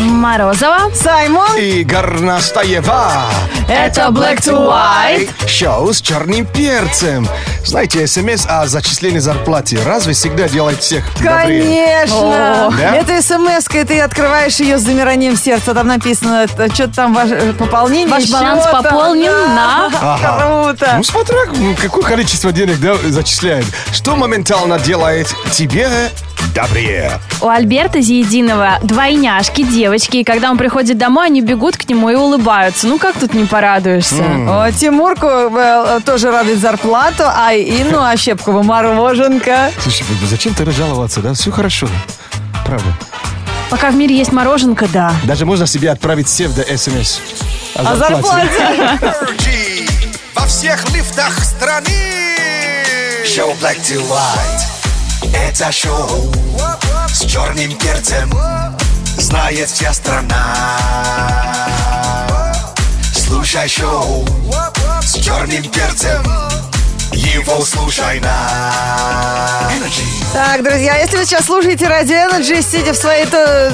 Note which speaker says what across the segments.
Speaker 1: Морозова.
Speaker 2: Саймон.
Speaker 3: И Горнастаева.
Speaker 1: Это Black to
Speaker 2: А
Speaker 1: White.
Speaker 3: Шоу с черным перцем. Знаете, смс о зачислении зарплаты разве всегда делает всех добрее?
Speaker 2: Конечно.
Speaker 1: О.
Speaker 3: Да?
Speaker 2: Это смс -ка, и ты открываешь ее с замиранием сердца. Там написано, что-то там ваш э, пополнение
Speaker 1: Ваш
Speaker 2: счета.
Speaker 1: баланс пополнен
Speaker 2: Да. Круто.
Speaker 3: Ну, смотря м, какое количество денег да, зачисляет. Что моментально делает тебе добрее?
Speaker 1: У Альберта Зиединова двойняшки, девочки. И когда он приходит домой, они бегут к нему и улыбаются. Ну, как тут не порадуешься?
Speaker 2: О, Тимурку э, э, тоже радует зарплату, а Инну Ощепкову мороженка.
Speaker 3: Слушай, ну, зачем ты жаловаться, да? Все хорошо. Правда.
Speaker 1: Пока в мире есть мороженка, да.
Speaker 3: Даже можно себе отправить севдо смс.
Speaker 2: А зарплата?
Speaker 4: Energy во всех лифтах страны. Шоу Black to White. Это шоу с черным перцем. Знает вся страна. Слушай шоу с черным перцем. Его слушай на Energy.
Speaker 2: Так, друзья, если вы сейчас слушаете ради Energy, сидя в своей... то-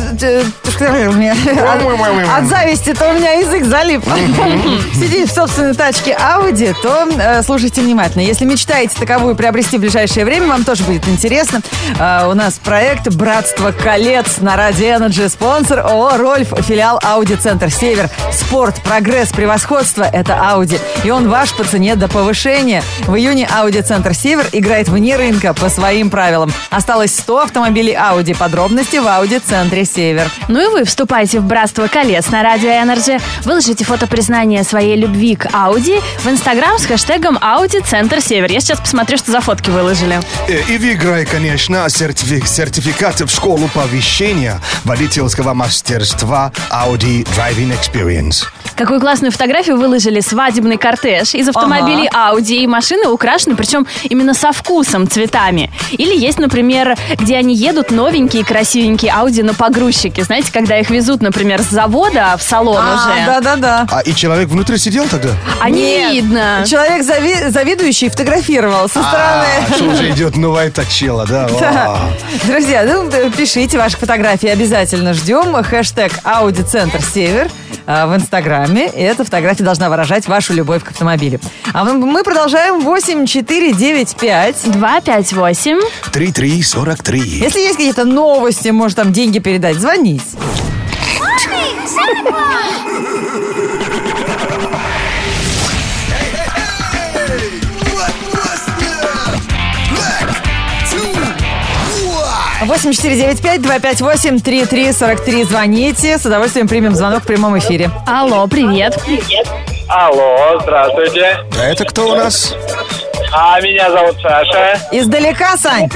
Speaker 2: э, у меня- От от зависти, то у меня язык залип. Сидите в собственной тачке Audi, то э, слушайте внимательно. Если мечтаете таковую приобрести в ближайшее время, вам тоже будет интересно. Э, У нас проект «Братство колец» на ради Energy. Спонсор ООО «Рольф», филиал Audi Центр Север. Спорт, прогресс, превосходство – это Audi. И он ваш по цене до повышения. В июне Audi Центр Север играет вне рынка по своим правилам. Осталось 100 автомобилей Audi. Подробности в Audi Центре Север.
Speaker 1: Ну и вы вступайте в «Братство колец» на Радио Энерджи. Выложите фото признания своей любви к Ауди в Инстаграм с хэштегом «Ауди Центр Север». Я сейчас посмотрю, что за фотки выложили.
Speaker 3: Э, И выиграй, конечно, сертифи- сертификат в школу повещения водительского мастерства Audi Driving Experience.
Speaker 1: Какую классную фотографию выложили свадебный кортеж из автомобилей Ауди и машины украшены, причем именно со вкусом, цветами. Или есть, например, где они едут новенькие, красивенькие Ауди на погрузчике. Знаете, когда их везут, например, с завода в салон
Speaker 2: А,
Speaker 1: уже.
Speaker 2: Да-да-да.
Speaker 3: А и человек внутри сидел тогда?
Speaker 1: А не
Speaker 2: Нет.
Speaker 1: видно.
Speaker 2: Человек зави- завидующий фотографировал со
Speaker 3: А, что
Speaker 2: стороны.
Speaker 3: уже идет новая точила, да?
Speaker 2: Да. Друзья, ну, д- пишите ваши фотографии, обязательно ждем. Хэштег Аудицентр Север а, в Инстаграме. И эта фотография должна выражать вашу любовь к автомобилю. А мы- мы продолжаем 8495.
Speaker 1: 258.
Speaker 3: 3343.
Speaker 2: Если есть какие-то новости, может, там деньги передать, звонить.
Speaker 4: What was that? Black to white.
Speaker 2: 8495-258-3343. Звоните. С удовольствием примем звонок в прямом эфире.
Speaker 1: Алло, привет.
Speaker 5: Алло, здравствуйте.
Speaker 3: А это кто у нас?
Speaker 5: А меня зовут Саша.
Speaker 2: Издалека, Сань.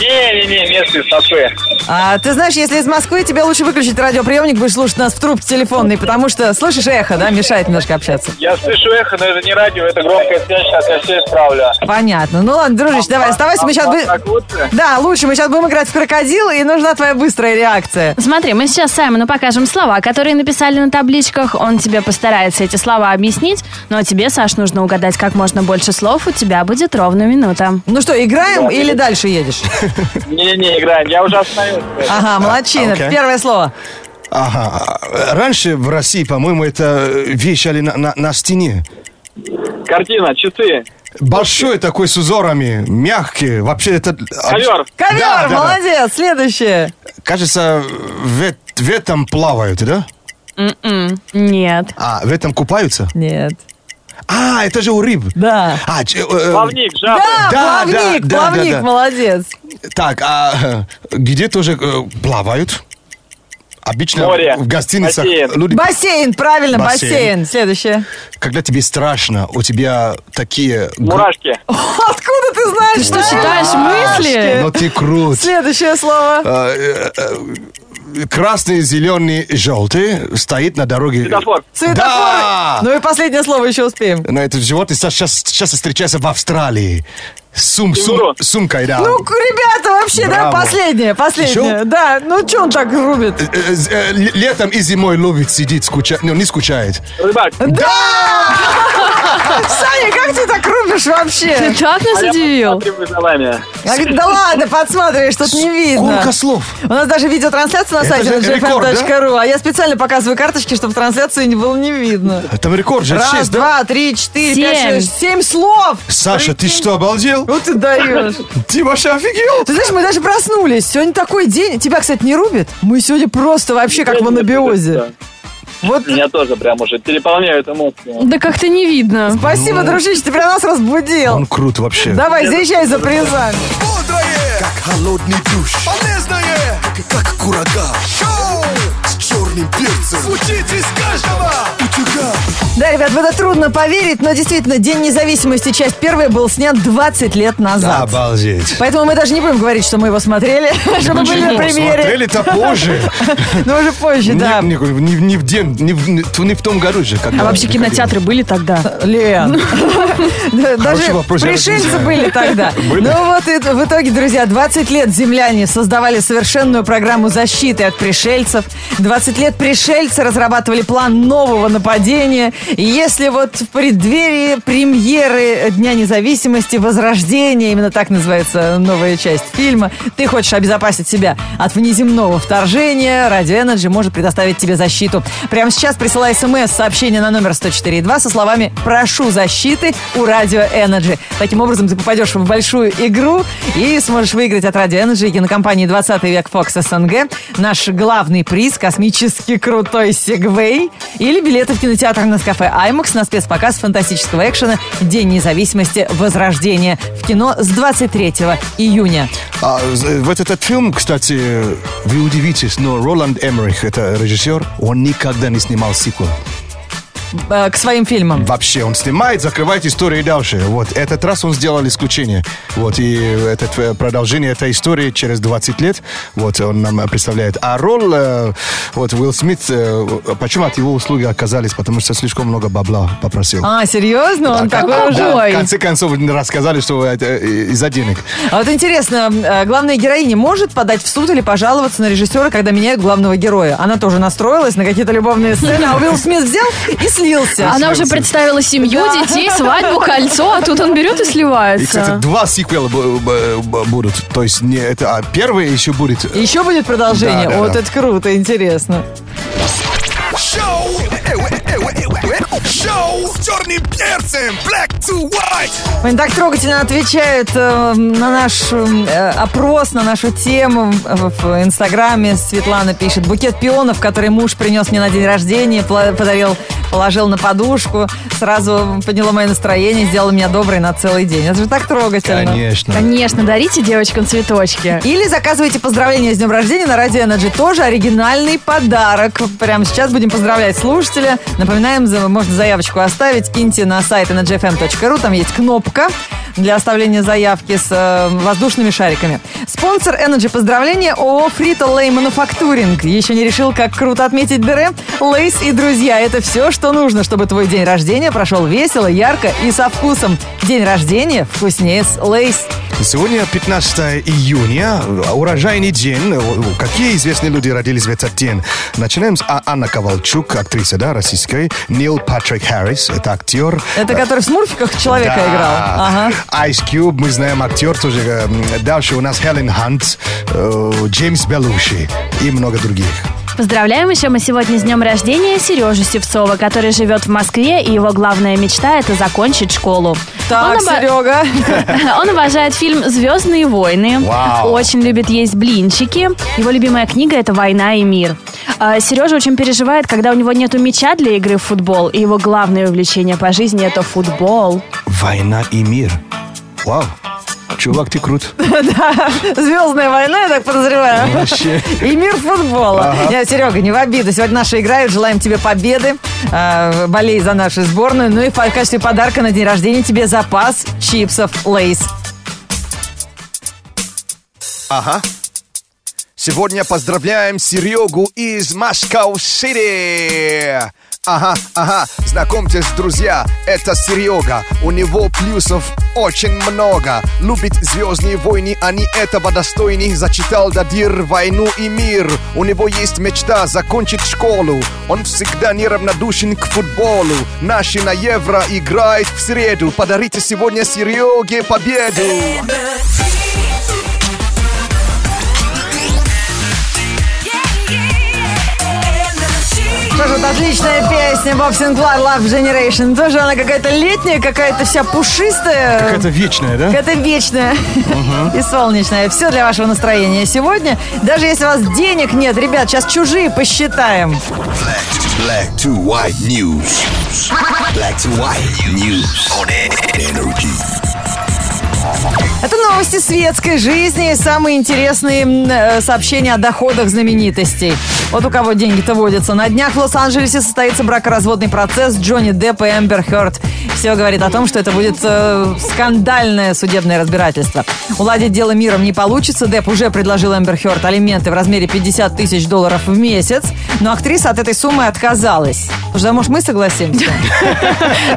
Speaker 5: Не-не-не, местный из Москвы.
Speaker 2: А, ты знаешь, если из Москвы, тебе лучше выключить радиоприемник, будешь слушать нас в трубке телефонной, потому что, слышишь, эхо, да, мешает немножко общаться.
Speaker 5: Я слышу эхо, но это не радио, это громкая связь, сейчас я все исправлю. А,
Speaker 2: Понятно. Ну ладно, дружище, давай, оставайся, мы сейчас... бы-
Speaker 5: Так лучше?
Speaker 2: Да, лучше, мы сейчас будем играть в крокодил, и нужна твоя быстрая реакция.
Speaker 1: Смотри, мы сейчас Саймону покажем слова, которые написали на табличках. Он тебе постарается эти слова объяснить. Но тебе, Саш, нужно угадать как можно больше слов. У тебя будет ровно минута.
Speaker 2: Ну что, играем или дальше едешь?
Speaker 5: Не-не, играем, я уже остановился.
Speaker 2: Ага, молодчина.
Speaker 3: окей.
Speaker 2: Первое слово.
Speaker 3: Ага. э, Раньше в России, по-моему, это э, вешали на, на- на стене.
Speaker 5: Картина, часы.
Speaker 3: Большой такой с узорами, мягкий. Вообще это...
Speaker 5: Ковер.
Speaker 2: Ковер,
Speaker 3: Да, да, да.
Speaker 2: молодец. Следующее.
Speaker 3: Кажется, в, эт- в этом плавают, да?
Speaker 1: М-м. Нет.
Speaker 3: А, в этом купаются?
Speaker 2: Нет.
Speaker 3: А, это же у рыб.
Speaker 2: Да.
Speaker 3: А, ч- э, э,
Speaker 5: Плавник, жабы.
Speaker 2: Да,
Speaker 3: Да,
Speaker 2: плавник,
Speaker 3: да, да,
Speaker 2: плавник,
Speaker 3: да, да.
Speaker 2: молодец.
Speaker 3: Так, а э, где тоже э, плавают? Обычно
Speaker 5: Море.
Speaker 3: в гостиницах
Speaker 5: Бассейн.
Speaker 3: люди,
Speaker 2: Бассейн, правильно,
Speaker 3: Бассейн.
Speaker 2: бассейн. Следующее.
Speaker 3: когда тебе страшно, у тебя такие... гру-
Speaker 5: Мурашки.
Speaker 2: Откуда ты знаешь?
Speaker 1: Ты что, читаешь мысли?
Speaker 3: Но Ну, ты крут.
Speaker 2: Следующее слово.
Speaker 3: Э, э, э, Красный, зеленый, желтый стоит на дороге.
Speaker 5: Светофор.
Speaker 2: Светофор.
Speaker 3: Да!
Speaker 2: Ну и последнее слово еще успеем.
Speaker 3: На этот животный сейчас, сейчас встречается в Австралии. Сум, сум,
Speaker 5: Кенгуру.
Speaker 3: сумкой, да.
Speaker 2: Ну, ребята, вообще, да,
Speaker 3: Браво.
Speaker 2: последнее, последнее.
Speaker 3: Ещё?
Speaker 2: Да, ну что он так рубит?
Speaker 3: Э, э, э, ле- Летом и зимой ловит, сидит, скучает. Ну, не скучает.
Speaker 5: Рыбак.
Speaker 2: Саня, как ты так рубишь
Speaker 1: Ты
Speaker 3: Э,
Speaker 2: вообще?
Speaker 1: так нас
Speaker 3: а
Speaker 1: удивил.
Speaker 5: Смотрим за вами.
Speaker 2: Я говорю, да ладно, подсматриваешь, тут не видно.
Speaker 3: Сколько слов?
Speaker 2: У нас даже видеотрансляция на
Speaker 3: Это
Speaker 2: сайте
Speaker 3: же рекорд,
Speaker 2: rfm.ru, а я специально показываю карточки, чтобы трансляции не было не видно.
Speaker 3: Там рекорд же
Speaker 2: Раз,
Speaker 3: 6, да?
Speaker 2: два, три, четыре,
Speaker 1: Семь.
Speaker 2: пять, шесть, семь слов!
Speaker 3: Саша, ты что, обалдел?
Speaker 2: Вот ты даешь.
Speaker 3: Ты вообще офигел?
Speaker 2: Ты знаешь, мы даже проснулись. Сегодня такой день. Тебя, кстати, не рубит? Мы сегодня просто вообще как в анабиозе. Вот
Speaker 5: Меня тоже прям уже переполняют эмоции.
Speaker 1: Да как-то не видно.
Speaker 2: спасибо, дружище, ты прям нас
Speaker 3: Он
Speaker 2: разбудил.
Speaker 3: крут вообще.
Speaker 2: Давай, заезжай за призами.
Speaker 4: Бодрое, как холодный душ Полезное, как курага Шоу с черным перцем Звучит из каждого утюга
Speaker 2: Да, ребят, в это трудно поверить, но действительно, День независимости, часть первая, был снят 20 лет назад.
Speaker 3: Обалдеть.
Speaker 2: Поэтому мы даже не будем говорить, что мы его смотрели, чтобы мы были на примере.
Speaker 3: Смотрели-то позже.
Speaker 2: Но уже позже,
Speaker 3: Не-
Speaker 2: да.
Speaker 3: Не не- не в день, не в- не- не в том году же.
Speaker 1: А вообще кинотеатры были тогда?
Speaker 2: Лен. Да, Даже
Speaker 3: вопрос, я даже не
Speaker 2: пришельцы
Speaker 3: знаю.
Speaker 2: были тогда. Ну вот и в итоге, друзья, 20 лет земляне создавали совершенную программу защиты от пришельцев. 20 лет пришельцы разрабатывали план нового нападения. И если вот в преддверии премьеры Дня независимости, Возрождения, именно так называется новая часть фильма, ты хочешь обезопасить себя от внеземного вторжения, Радио Energy может предоставить тебе защиту. Прямо сейчас присылай смс-сообщение на номер 104.2 со словами «Прошу защиты у Радио Energy». Таким образом, ты попадешь в большую игру и сможешь выиграть от Радио Energy кинокомпании «20 век Fox СНГ» наш главный приз – космически крутой сегвей или билеты в кинотеатр на кафе «Аймакс» на спецпоказ фантастического экшена «День независимости. Возрождение» в кино с 23 июня.
Speaker 3: А, з- вот этот фильм, кстати, вы удивитесь, но Роланд Эмерих, это режиссер, он никогда не снимал сиквел.
Speaker 2: Э, К своим фильмам.
Speaker 3: Вообще, он снимает, закрывает историю и дальше. Вот этот раз он сделал исключение. Вот, и это тв- продолжение этой истории через 20 лет, вот, он нам э, представляет. А роль, э, вот, Уилл Смит, э, почему от его услуги отказались? Потому что слишком много бабла попросил.
Speaker 2: А, серьезно? Он
Speaker 3: Да,
Speaker 2: такой
Speaker 3: да,
Speaker 2: уже?
Speaker 3: в конце концов, рассказали, что это, э, из-за денег.
Speaker 2: А вот интересно, э, главная героиня может подать в суд или пожаловаться на режиссера, когда меняют главного героя? Она тоже настроилась на какие-то любовные сцены, а Уилл Смит взял и слился.
Speaker 1: Она уже представила семью, детей, свадьбу, кольцо, а тут он берет и
Speaker 3: И, кстати,
Speaker 1: сливается.
Speaker 3: два сиквела бу- бу- бу- будут. То есть не это, а первый еще будет.
Speaker 2: И Еще будет продолжение?
Speaker 3: Да, да,
Speaker 2: вот
Speaker 3: да.
Speaker 2: это круто, интересно.
Speaker 4: Шоу Шоу с черным перцем Black to white
Speaker 2: Они так трогательно отвечают э, на наш э, опрос, на нашу тему в, в Инстаграме. Светлана пишет. Букет пионов, который муж принес мне на день рождения, пла- подарил, положил на подушку, сразу подняло мое настроение, сделало меня доброй на целый день. Это же так трогательно.
Speaker 3: Конечно.
Speaker 1: Конечно, дарите девочкам цветочки.
Speaker 2: Или заказывайте поздравления с днем рождения на Радио Energy. Тоже оригинальный подарок. Прямо сейчас будем поздравлять слушателя. Напоминаем, за- можно заявочку оставить. Киньте на сайт energyfm.ru. Там есть кнопка для оставления заявки с э, воздушными шариками. Спонсор Energy поздравления ООО Фрита Лей Мануфактуринг. Еще не решил, как круто отметить дыры? Лейс и друзья, это все, что нужно, чтобы твой день рождения прошел весело, ярко и со вкусом. День рождения вкуснее с Лейс.
Speaker 3: Сегодня 15 июня, а урожайный день. Какие известные люди родились в этот день? Начинаем с А- Анна Ковальчук, актриса, да, российской. Нил Патрик Харрис, это актер.
Speaker 2: Это который в смурфиках человека
Speaker 3: Да.
Speaker 2: играл. Ага.
Speaker 3: Ice Cube, мы знаем, актер тоже. э, м, Дальше у нас Хелен Хант, э, Джеймс Белуши и много других.
Speaker 1: Поздравляем еще мы сегодня с днем рождения Сережу Севцова, который живет в Москве, и его главная мечта – это закончить школу. Он
Speaker 2: Так,
Speaker 1: обо-
Speaker 2: Серега.
Speaker 1: Он обожает фильм «Звездные войны».
Speaker 3: Вау.
Speaker 1: Очень любит есть блинчики. Его любимая книга – это «Война и мир». А Сережа очень переживает, когда у него нету мяча для игры в футбол, и его главное увлечение по жизни – это футбол.
Speaker 3: Война и мир. Вау. Чувак, ты крут.
Speaker 2: Э, Звездная война, я так подозреваю.
Speaker 3: Ну, Вообще.
Speaker 2: И мир футбола. Не, Серега, не в обиду. Сегодня наши играют. Желаем тебе победы. Э, Болей за нашу сборную. Ну и в качестве подарка на день рождения тебе запас чипсов Лейс.
Speaker 3: Ага. Сегодня поздравляем Серегу из Москвы-Сити.
Speaker 6: Ага, ага, знакомьтесь, друзья, это Серега. У него плюсов очень много. Любит Звездные войны, они этого достойны. Зачитал Дадир «Войну и мир». У него есть мечта закончить школу. Он всегда неравнодушен к футболу. Наши на Евро играет в среду. Подарите сегодня Сереге победу.
Speaker 2: Тоже вот отличная песня Bob Sinclair Love Generation. Тоже она какая-то летняя, какая-то вся пушистая.
Speaker 3: Какая-то вечная, да?
Speaker 2: Это вечное и солнечное. Все для вашего настроения сегодня. Даже если у вас денег нет, ребят, сейчас чужие посчитаем.
Speaker 4: Black to white news. Black to white news on energy.
Speaker 2: Это новости светской жизни и самые интересные м, э, сообщения о доходах знаменитостей. Вот у кого деньги-то водятся. На днях в Лос-Анджелесе состоится бракоразводный процесс Джонни Деппа и Эмбер Хёрд. Все говорит о том, что это будет э, скандальное судебное разбирательство. Уладить дело миром не получится. Депп уже предложил Эмбер Хёрд алименты в размере 50 тысяч долларов в месяц, но актриса от этой суммы отказалась. Уже, может, мы согласимся?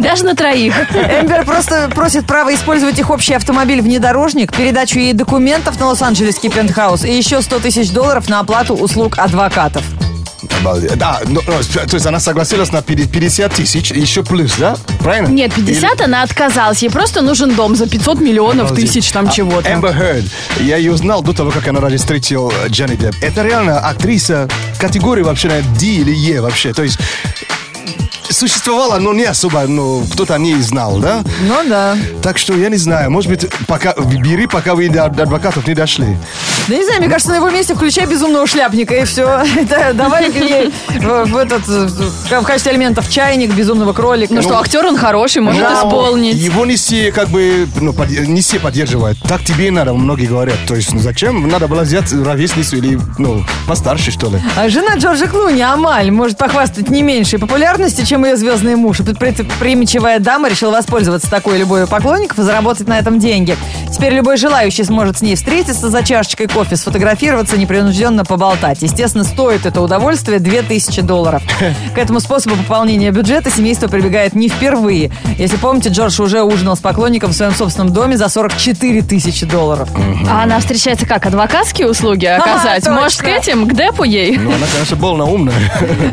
Speaker 1: Даже на троих.
Speaker 2: Эмбер просто просит право использовать их общий автомобиль внедорожник, передачу ей документов на Лос-Анджелесский пентхаус и еще 100 тысяч долларов на оплату услуг адвокатов.
Speaker 3: Обалдеть. Да, ну, ну, то есть она согласилась на 50 тысяч, еще плюс, да? Правильно?
Speaker 1: Нет, 50 она отказалась. Ей просто нужен дом за 500 миллионов
Speaker 3: Обалдеть.
Speaker 1: тысяч там
Speaker 3: А,
Speaker 1: чего-то.
Speaker 3: Amber Heard. Я ее знал до того, как она ради встретил э, Джонни Депп. Это реально актриса категории вообще, наверное, D или E вообще. То есть существовала, но не особо, ну, кто-то о ней знал, да?
Speaker 2: Ну да.
Speaker 3: Так что я не знаю, может быть, пока бери, пока вы до, до адвокатов не дошли.
Speaker 2: Да не знаю, мне кажется, на его месте включай безумного шляпника и все. Это Давай ей в, в этот, в качестве элементов чайник, безумного кролика.
Speaker 1: Ну что, актер он хороший, может
Speaker 3: Да.
Speaker 1: исполнить.
Speaker 3: Его не все, как бы, ну, под- не все поддерживают. Так тебе и надо, многие говорят. То есть, ну, зачем? Надо было взять ровесницу или, ну, постарше, что ли.
Speaker 2: А жена Джорджа Клуни, Амаль, может похвастать не меньшей популярности, чем ее звездный муж. И Предприимчивая дама решила воспользоваться такой любовью поклонников и заработать на этом деньги. Теперь любой желающий сможет с ней встретиться за чашечкой кофе, сфотографироваться, непринужденно поболтать. Естественно, стоит это удовольствие 2000 долларов. К этому способу пополнения бюджета семейство прибегает не впервые. Если помните, Джордж уже ужинал с поклонником в своем собственном доме за 44 тысячи долларов.
Speaker 1: А она встречается как? Адвокатские услуги оказать?
Speaker 2: точно.
Speaker 1: Может, к этим, к депу ей?
Speaker 3: Ну, она, конечно, больно умная.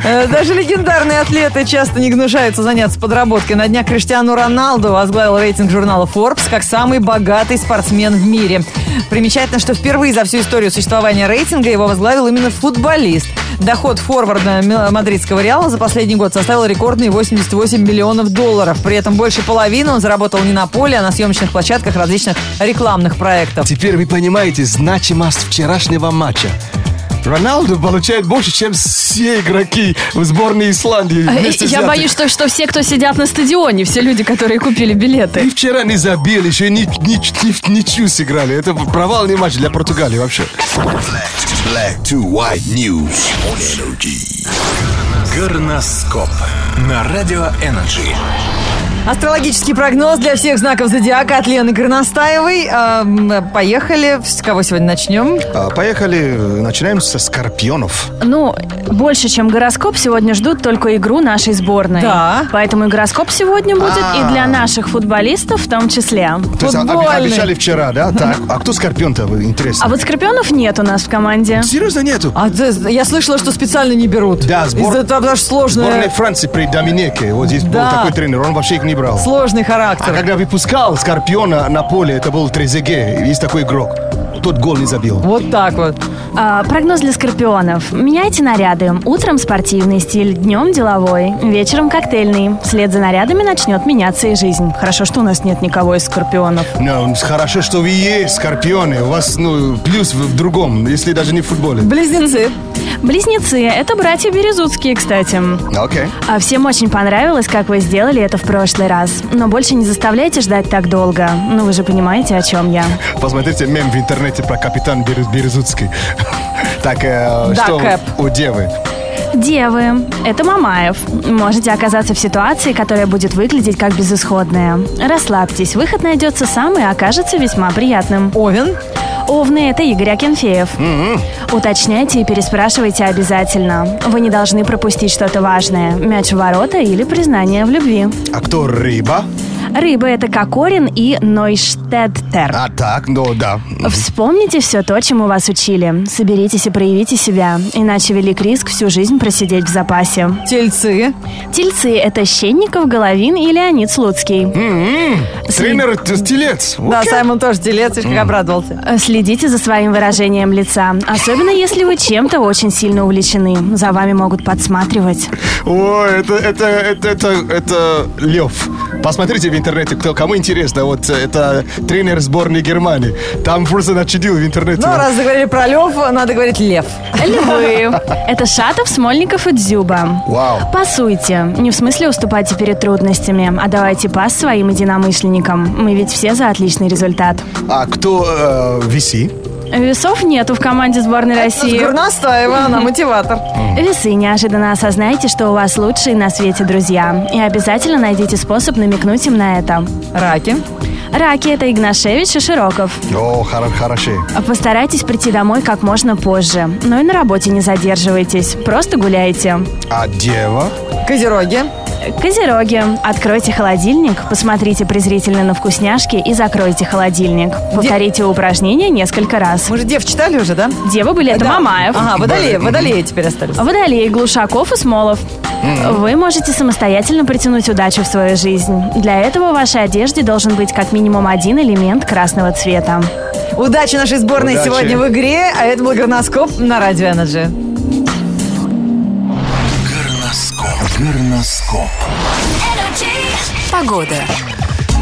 Speaker 2: Э, Даже легендарные атлеты часто не гнушаются заняться подработкой. На днях Криштиану Роналду возглавил рейтинг журнала Forbes как самый богатый спортсмен в мире. Примечательно, что впервые за всю историю существования рейтинга его возглавил именно футболист. Доход форварда Мил- мадридского Реала за последний год составил рекордные 88 миллионов долларов. При этом больше половины он заработал не на поле, а на съемочных площадках различных рекламных проектов.
Speaker 3: Теперь вы понимаете значимость вчерашнего матча. Роналду получает больше, чем все игроки в сборной Исландии. вместе
Speaker 1: Э, Я
Speaker 3: взятых.
Speaker 1: боюсь, что, что все, кто сидят на стадионе, все люди, которые купили билеты.
Speaker 3: И вчера не забили, еще и ни- ни- ни- ничью сыграли. Это провальный матч для Португалии вообще.
Speaker 4: Black to white news on energy.
Speaker 7: Горноскоп на Радио Энерджи.
Speaker 2: Астрологический прогноз для всех знаков зодиака от Лены Горностаевой. Эм, Поехали. С кого сегодня начнем?
Speaker 3: А, Поехали, начинаем со скорпионов.
Speaker 1: Ну, больше, чем гороскоп, сегодня ждут только игру нашей сборной.
Speaker 2: Да.
Speaker 1: Поэтому и гороскоп сегодня будет, и для наших футболистов в том числе.
Speaker 3: То есть а, обе-
Speaker 2: Футбольный.
Speaker 3: обещали вчера, да? Так, а кто скорпион-то, вы, интересно?
Speaker 1: А Э. вот скорпионов нет у нас в команде.
Speaker 3: Серьезно нету?
Speaker 2: А ты- я слышала, что специально не берут.
Speaker 3: Да, сбор-
Speaker 2: Из-за того, потому что
Speaker 3: Сборная
Speaker 2: сложный,
Speaker 3: Франции при Доминеке. Вот здесь
Speaker 2: Да.
Speaker 3: был такой тренер, он вообще их не брал.
Speaker 2: сложный
Speaker 3: А
Speaker 2: характер.
Speaker 3: когда выпускал Скорпиона на поле, это был Трезеге, есть такой игрок. Тот гол не забил.
Speaker 2: Вот так вот.
Speaker 1: А, прогноз для скорпионов. Меняйте наряды. Утром спортивный стиль, днем деловой, вечером коктейльный. Вслед за нарядами начнет меняться и жизнь. Хорошо, что у нас нет никого из скорпионов.
Speaker 3: Ну, хорошо, что вы есть, Скорпионы. У вас, ну, плюс в в другом, если даже не в футболе.
Speaker 2: Близнецы.
Speaker 1: Близнецы. Это братья Березуцкие, кстати.
Speaker 3: Окей.
Speaker 1: А всем очень понравилось, как вы сделали это в прошлый раз. Но больше не заставляйте ждать так долго. Ну, вы же понимаете, о чем я.
Speaker 3: Посмотрите мем в интернете про капитан Берез- Березуцкий. Так, э,
Speaker 2: Да,
Speaker 3: что
Speaker 2: Кэп.
Speaker 3: у девы?
Speaker 1: Девы. Это Мамаев. Можете оказаться в ситуации, которая будет выглядеть как безысходная. Расслабьтесь, выход найдется сам и окажется весьма приятным.
Speaker 2: Овен.
Speaker 1: Овны – это Игорь Акинфеев. Уточняйте и переспрашивайте обязательно. Вы не должны пропустить что-то важное. Мяч в ворота или признание в любви.
Speaker 3: А кто рыба?
Speaker 1: Рыбы – это Кокорин и Нойштеттер.
Speaker 3: А так, ну да.
Speaker 1: Вспомните все то, чему вас учили. Соберитесь и проявите себя, иначе велик риск всю жизнь просидеть в запасе.
Speaker 2: Тельцы.
Speaker 1: Тельцы – это Щенников, Головин и Леонид Слуцкий.
Speaker 3: Тренер т- телец.
Speaker 2: Да,
Speaker 3: Окей.
Speaker 2: Саймон тоже телец, видишь, как обрадовался.
Speaker 1: Следите за своим выражением лица, особенно если вы чем-то очень сильно увлечены. За вами могут подсматривать.
Speaker 3: Ой, это, это, это, это, это Лев. Посмотрите в интернете, кто, кому интересно. Вот э, это тренер сборной Германии. Там просто начудил в интернете.
Speaker 2: Ну, раз заговорили про лев, надо говорить лев.
Speaker 1: Львы. Это Шатов, Смольников и Дзюба.
Speaker 3: Вау.
Speaker 1: Пасуйте. Не в смысле уступайте перед трудностями, а давайте пас своим единомышленникам. Мы ведь все за отличный результат.
Speaker 3: А кто э, виси?
Speaker 1: Весов нету в команде сборной России.
Speaker 2: Горностаева, она мотиватор.
Speaker 1: Весы, неожиданно осознайте, что у вас лучшие на свете друзья. И обязательно найдите способ намекнуть им на это.
Speaker 2: Раки.
Speaker 1: Раки – это Игнашевич и Широков.
Speaker 3: О, хоро- хороши.
Speaker 1: Постарайтесь прийти домой как можно позже. Но и на работе не задерживайтесь, просто гуляйте.
Speaker 3: А дева?
Speaker 2: Козероги.
Speaker 1: Козероги. Откройте холодильник, посмотрите презрительно на вкусняшки и закройте холодильник. Повторите упражнение несколько раз.
Speaker 2: Мы же дев читали уже, да?
Speaker 1: Девы были это
Speaker 2: Да.
Speaker 1: Мамаев.
Speaker 2: Ага, водолеи, водолеи теперь остались.
Speaker 1: Водолей, Глушаков и Смолов. Вы можете самостоятельно притянуть удачу в свою жизнь. Для этого в вашей одежде должен быть как минимум один элемент красного цвета.
Speaker 2: Удачи нашей сборной
Speaker 3: Удачи.
Speaker 2: сегодня в игре, а это был Горноскоп на Радио Энерджи.
Speaker 7: Горноскоп. Горноскоп.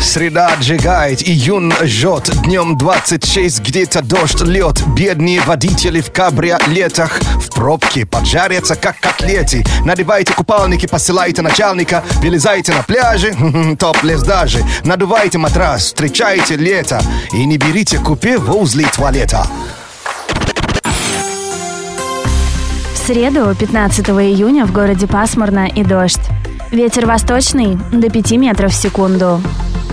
Speaker 6: Среда отжигает, июнь жжет, днем 26, где-то дождь, лед. Бедные водители в кабриолетах в пробке поджарятся, как котлеты. Надевайте купальники, посылайте начальника, вылезайте на пляже, топлес даже. Надувайте матрас, встречайте лето и не берите купе возле туалета.
Speaker 1: В среду, 15 июня, в городе пасмурно и дождь. Ветер восточный до 5 метров в секунду.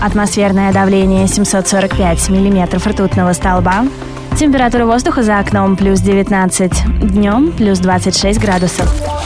Speaker 1: Атмосферное давление 745 миллиметров ртутного столба. Температура воздуха за окном плюс 19. Днем плюс 26 градусов.